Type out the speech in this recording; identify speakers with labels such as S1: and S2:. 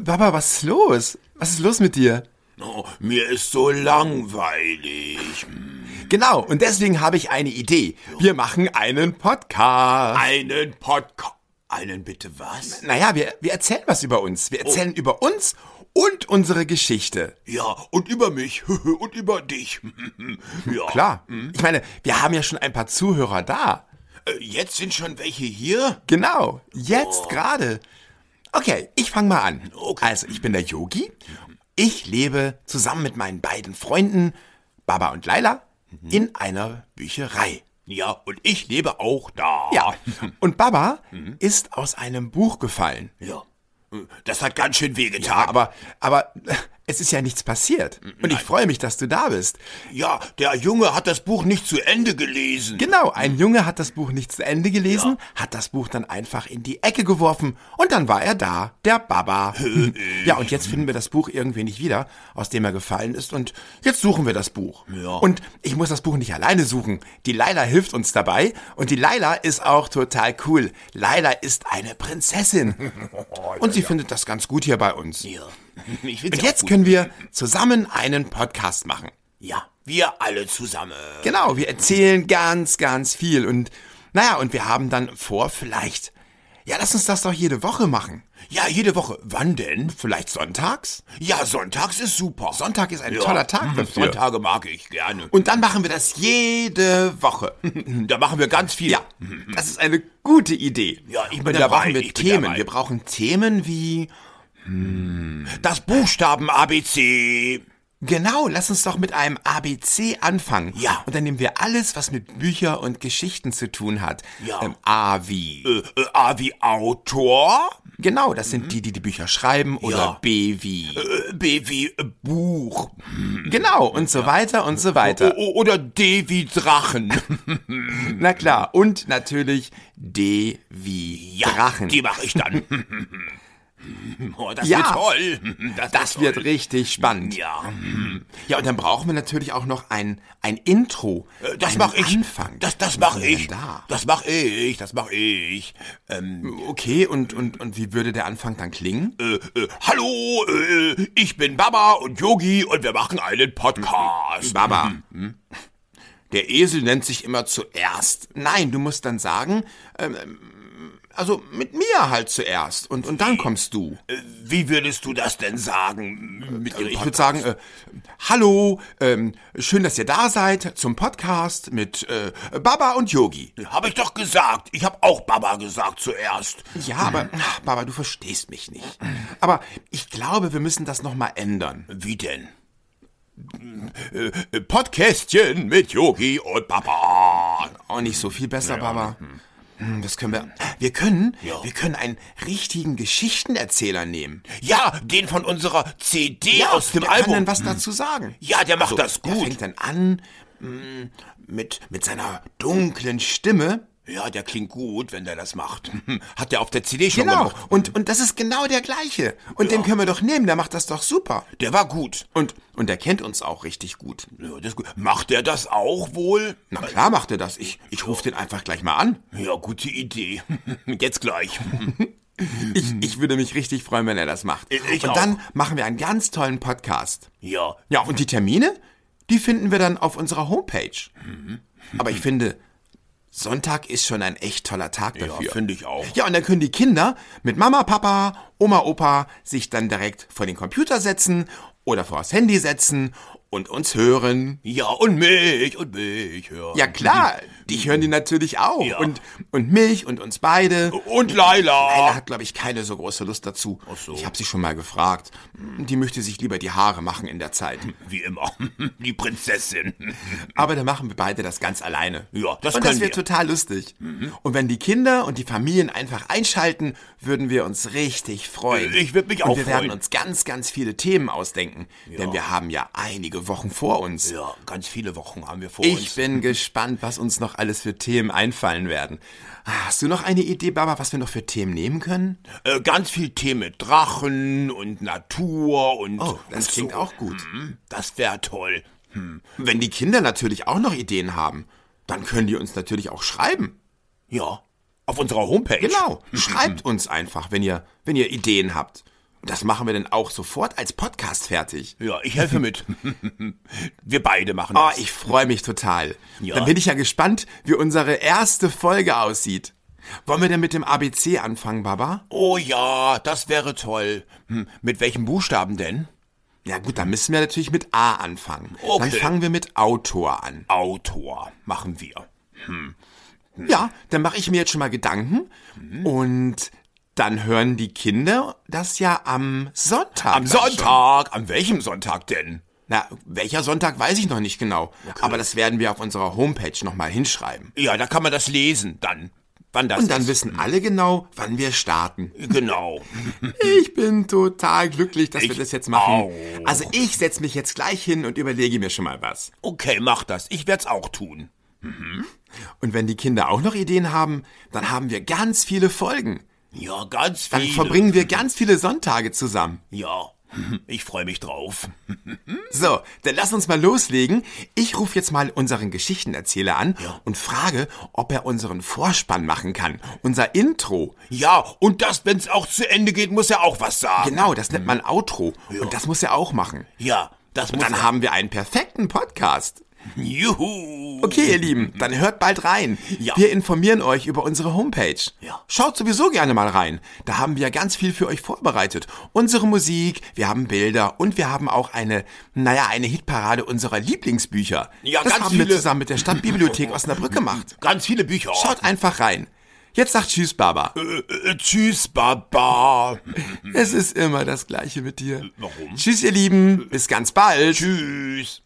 S1: Baba, was ist los? Was ist los mit dir?
S2: Oh, mir ist so langweilig.
S1: Genau, und deswegen habe ich eine Idee. Wir machen einen Podcast.
S2: Einen Podcast. Einen bitte was?
S1: Naja, wir, wir erzählen was über uns. Wir erzählen über uns und unsere Geschichte.
S2: Ja, und über mich und über dich. ja.
S1: Klar. Ich meine, wir haben ja schon ein paar Zuhörer da.
S2: Äh, Jetzt sind schon welche hier?
S1: Genau, jetzt gerade. Okay, ich fange mal an. Also, ich bin der Yogi. Ich lebe zusammen mit meinen beiden Freunden, Baba und Laila, in einer Bücherei.
S2: Ja, und ich lebe auch da.
S1: Ja. Und Baba ist aus einem Buch gefallen.
S2: Ja. Äh, Das hat ganz schön
S1: Ja,
S2: wehgetan.
S1: aber, aber es ist ja nichts passiert. Und ich freue mich, dass du da bist.
S2: Ja, der Junge hat das Buch nicht zu Ende gelesen.
S1: Genau, ein Junge hat das Buch nicht zu Ende gelesen, hat das Buch dann einfach in die Ecke geworfen und dann war er da, der Baba. Hm. ja, und jetzt finden wir das Buch irgendwie nicht wieder, aus dem er gefallen ist und jetzt suchen wir das Buch.
S2: Ja.
S1: Und ich muss das Buch nicht alleine suchen. Die Laila hilft uns dabei und die Laila ist auch total cool. Laila ist eine Prinzessin und sie findet das ganz gut hier bei uns.
S2: Ja. Ich find's
S1: Und
S2: auch
S1: jetzt
S2: gut.
S1: können wir zusammen einen Podcast machen.
S2: Ja, wir alle zusammen.
S1: Genau, wir erzählen ganz, ganz viel und naja, und wir haben dann vor, vielleicht. Ja, lass uns das doch jede Woche machen.
S2: Ja, jede Woche. Wann denn?
S1: Vielleicht sonntags?
S2: Ja, sonntags ist super.
S1: Sonntag ist ein toller Tag dafür.
S2: Sonntage mag ich gerne.
S1: Und dann machen wir das jede Woche.
S2: Äh, da machen wir ganz viel.
S1: Ja, das ist eine gute Idee.
S2: Ja, ich bin
S1: und da
S2: dabei,
S1: brauchen wir
S2: ich bin
S1: Themen.
S2: dabei.
S1: Wir brauchen Themen wie
S2: Das Buchstaben ABC.
S1: Genau, lass uns doch mit einem ABC anfangen.
S2: Ja.
S1: Und dann nehmen wir alles, was mit Bücher und Geschichten zu tun hat.
S2: Ja.
S1: Ähm, A wie.
S2: Äh, äh, A wie Autor.
S1: Genau, das sind die, die die Bücher schreiben. Oder
S2: Mhm. Ja.
S1: B wie.
S2: Äh, B wie äh, Buch.
S1: Genau, und so weiter und so weiter.
S2: O oder D wie Drachen. oh,
S1: Na klar, und natürlich D wie Drachen.
S2: Die mache ich dann. oh, das
S1: Ja.
S2: wird toll. Das,
S1: Das wird
S2: toll.
S1: richtig spannend.
S2: Ja.
S1: Ja, und dann brauchen wir natürlich auch noch ein, ein Intro.
S2: Äh, Das
S1: einen
S2: mache ich.
S1: Anfang.
S2: Das, das
S1: Was
S2: mache
S1: machen wir
S2: ich.
S1: denn Da?
S2: Das mache ich. Das mache ich. Ähm,
S1: Okay, und, und, und wie würde der Anfang dann klingen?
S2: äh, äh, hallo, äh, ich bin Baba und Yogi und wir machen einen Podcast.
S1: Baba. Der Esel nennt sich immer zuerst. Nein, du musst dann sagen, ähm, ähm, also mit mir halt zuerst. Und, und dann kommst du.
S2: Äh, Wie würdest du das denn sagen? Mit
S1: Ich würde sagen, äh, hallo, ähm, schön, dass ihr da seid zum Podcast mit äh, Baba und Yogi.
S2: Habe ich doch gesagt. Ich habe auch Baba gesagt zuerst.
S1: Ja, aber ach, Baba, du verstehst mich nicht. Aber ich glaube, wir müssen das nochmal ändern.
S2: Wie denn? Äh, äh, Podcastchen mit Yogi und Baba.
S1: Auch nicht so viel besser, Baba. Hm, Das können wir. Wir können,
S2: ne, Ja.
S1: wir können einen richtigen Geschichtenerzähler nehmen.
S2: Ja, den von unserer CD aus dem
S1: der
S2: Album. Hm.
S1: kann dann was dazu sagen. Also,
S2: ja, der macht das
S1: Der
S2: gut.
S1: fängt dann an hm, mit, mit seiner dunklen Stimme.
S2: Ja, der klingt gut, wenn der das macht. Hat der auf der CD schon
S1: Genau.
S2: gemacht.
S1: Und, und das ist genau der gleiche. Und den können wir doch nehmen, der macht das doch super.
S2: Der war gut.
S1: Und, und er kennt uns auch richtig gut.
S2: Ja, das ist gut. Macht der das auch wohl?
S1: Na klar macht er das. Ich, ich rufe den einfach gleich mal an.
S2: Ja, gute Idee. Jetzt gleich.
S1: Ich, ich würde mich richtig freuen, wenn er das macht.
S2: Ich- Mhm. ich
S1: und
S2: auch.
S1: dann machen wir einen ganz tollen Podcast.
S2: Ja.
S1: Ja, und die Termine, die finden wir dann auf unserer Homepage.
S2: Mhm.
S1: Aber ich finde, Sonntag ist schon ein echt toller Tag
S2: Ja,
S1: dafür.
S2: finde ich auch.
S1: Ja, und dann können die Kinder mit Mama, Papa, Oma, Opa sich dann direkt vor den Computer setzen oder vor das Handy setzen und uns hören.
S2: Ja, und mich, und mich, ja.
S1: Ja klar, dich hören die natürlich auch.
S2: Ja.
S1: Und, und mich und uns beide.
S2: Und Laila.
S1: Laila hat, glaube ich, keine so große Lust dazu.
S2: Ach so.
S1: Ich habe sie schon mal gefragt. Die möchte sich lieber die Haare machen in der Zeit.
S2: Wie immer. Die Prinzessin.
S1: Aber dann machen wir beide das ganz alleine.
S2: Ja, das
S1: Und das
S2: können
S1: wird
S2: wir. Mhm.
S1: total lustig. Und wenn die Kinder und die Familien einfach einschalten, würden wir uns richtig freuen.
S2: Äh, ich würd mich
S1: und
S2: auch
S1: wir
S2: freuen.
S1: werden uns ganz, ganz viele Themen ausdenken. Denn wir haben ja einige Wochen vor uns.
S2: Ja, ganz viele Wochen haben wir vor
S1: Ich
S2: uns.
S1: bin gespannt, was uns noch alles für Themen einfallen werden. Hast du noch eine Idee, Baba, was wir noch für Themen nehmen können?
S2: Äh, ganz viel Themen mit Drachen und Natur und.
S1: das
S2: Oh, und
S1: klingt
S2: so.
S1: auch gut.
S2: Mhm, Das wäre toll. Hm.
S1: Wenn die Kinder natürlich auch noch Ideen haben, dann können die uns natürlich auch schreiben.
S2: Ja. Auf unserer Homepage. Genau.
S1: Genau, schreibt uns einfach, wenn ihr, wenn ihr Ideen habt. Das machen wir denn auch sofort als Podcast fertig.
S2: Ja, ich helfe mit. Wir beide machen
S1: Oh,
S2: das.
S1: ich freue mich total.
S2: Ja.
S1: Dann bin ich ja gespannt, wie unsere erste Folge aussieht. Wollen wir denn mit dem ABC anfangen, Baba?
S2: Oh ja, das wäre toll. Hm, mit welchem Buchstaben denn?
S1: Ja gut, dann müssen wir natürlich mit A anfangen. Dann
S2: Okay.
S1: fangen wir mit Autor an.
S2: Autor machen wir. Mhm.
S1: Ja, dann mache ich mir jetzt schon mal Gedanken und dann hören die Kinder das ja am Sonntag.
S2: Am
S1: dann schon.
S2: Sonntag. An welchem Sonntag denn?
S1: Na, welcher Sonntag weiß ich noch nicht genau, aber das werden wir auf unserer Homepage nochmal hinschreiben.
S2: Ja, da kann man das lesen dann. Wann das
S1: Und dann
S2: ist.
S1: wissen alle genau, wann wir starten.
S2: Genau.
S1: Ich bin total glücklich, dass wir
S2: Ich
S1: das jetzt machen.
S2: auch.
S1: Also ich setz mich jetzt gleich hin und überlege mir schon mal was.
S2: Okay, mach das. Ich werd's auch tun.
S1: Und wenn die Kinder auch noch Ideen haben, dann haben wir ganz viele Folgen.
S2: Ja, ganz
S1: Dann
S2: viel.
S1: verbringen wir ganz viele Sonntage zusammen.
S2: Ja, ich freue mich drauf.
S1: So, dann lass uns mal loslegen. Ich rufe jetzt mal unseren Geschichtenerzähler an und frage, ob er unseren Vorspann machen kann. Unser Intro.
S2: Ja, und das, wenn's auch zu Ende geht, muss er auch was sagen.
S1: Genau, das nennt man Outro. Und das muss er auch machen.
S2: Ja, das Mhm. muss
S1: Dann
S2: er.
S1: haben wir einen perfekten Podcast.
S2: Juhu.
S1: Okay, ihr Lieben, dann hört bald rein.
S2: Mhm. Ja.
S1: Wir informieren euch über unsere Homepage.
S2: Ja.
S1: Schaut sowieso gerne mal rein. Da haben wir ganz viel für euch vorbereitet. Unsere Musik, wir haben Bilder und wir haben auch eine, naja, eine Hitparade unserer Lieblingsbücher.
S2: Ja,
S1: das
S2: ganz
S1: haben wir
S2: viele.
S1: zusammen mit der Stadtbibliothek Osnabrück gemacht.
S2: Ganz viele Bücher.
S1: Schaut einfach rein. Jetzt sagt Tschüss, Baba.
S2: Äh, äh, tschüss, Baba.
S1: Es ist immer das Gleiche mit dir.
S2: Warum?
S1: Tschüss, ihr Lieben. Bis ganz bald.
S2: tschüss.